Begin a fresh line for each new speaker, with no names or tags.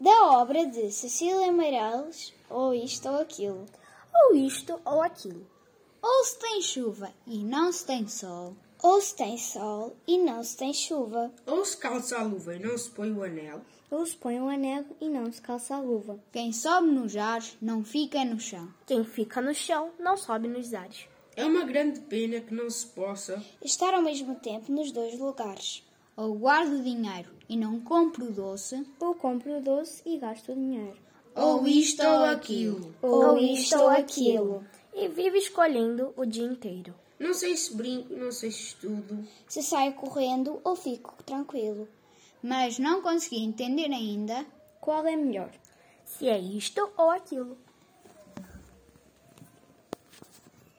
da obra de Cecília Meirelles, ou isto ou aquilo.
Ou isto ou aquilo.
Ou se tem chuva e não se tem sol.
Ou se tem sol e não se tem chuva.
Ou se calça a luva e não se põe o anel.
Ou se
um
põe o anel e não se calça a luva.
Quem sobe nos ares não fica no chão.
Quem fica no chão não sobe nos ares.
É uma grande pena que não se possa
Estar ao mesmo tempo nos dois lugares.
Ou guardo dinheiro e não compro doce.
Ou compro o doce e gasto o dinheiro.
Ou "Oh, isto ou aquilo.
Ou isto ou aquilo.
E vive escolhendo o dia inteiro.
Não sei se brinco, não sei se estudo.
Se saio correndo ou fico tranquilo.
Mas não consegui entender ainda
Qual é melhor?
Se é isto ou aquilo.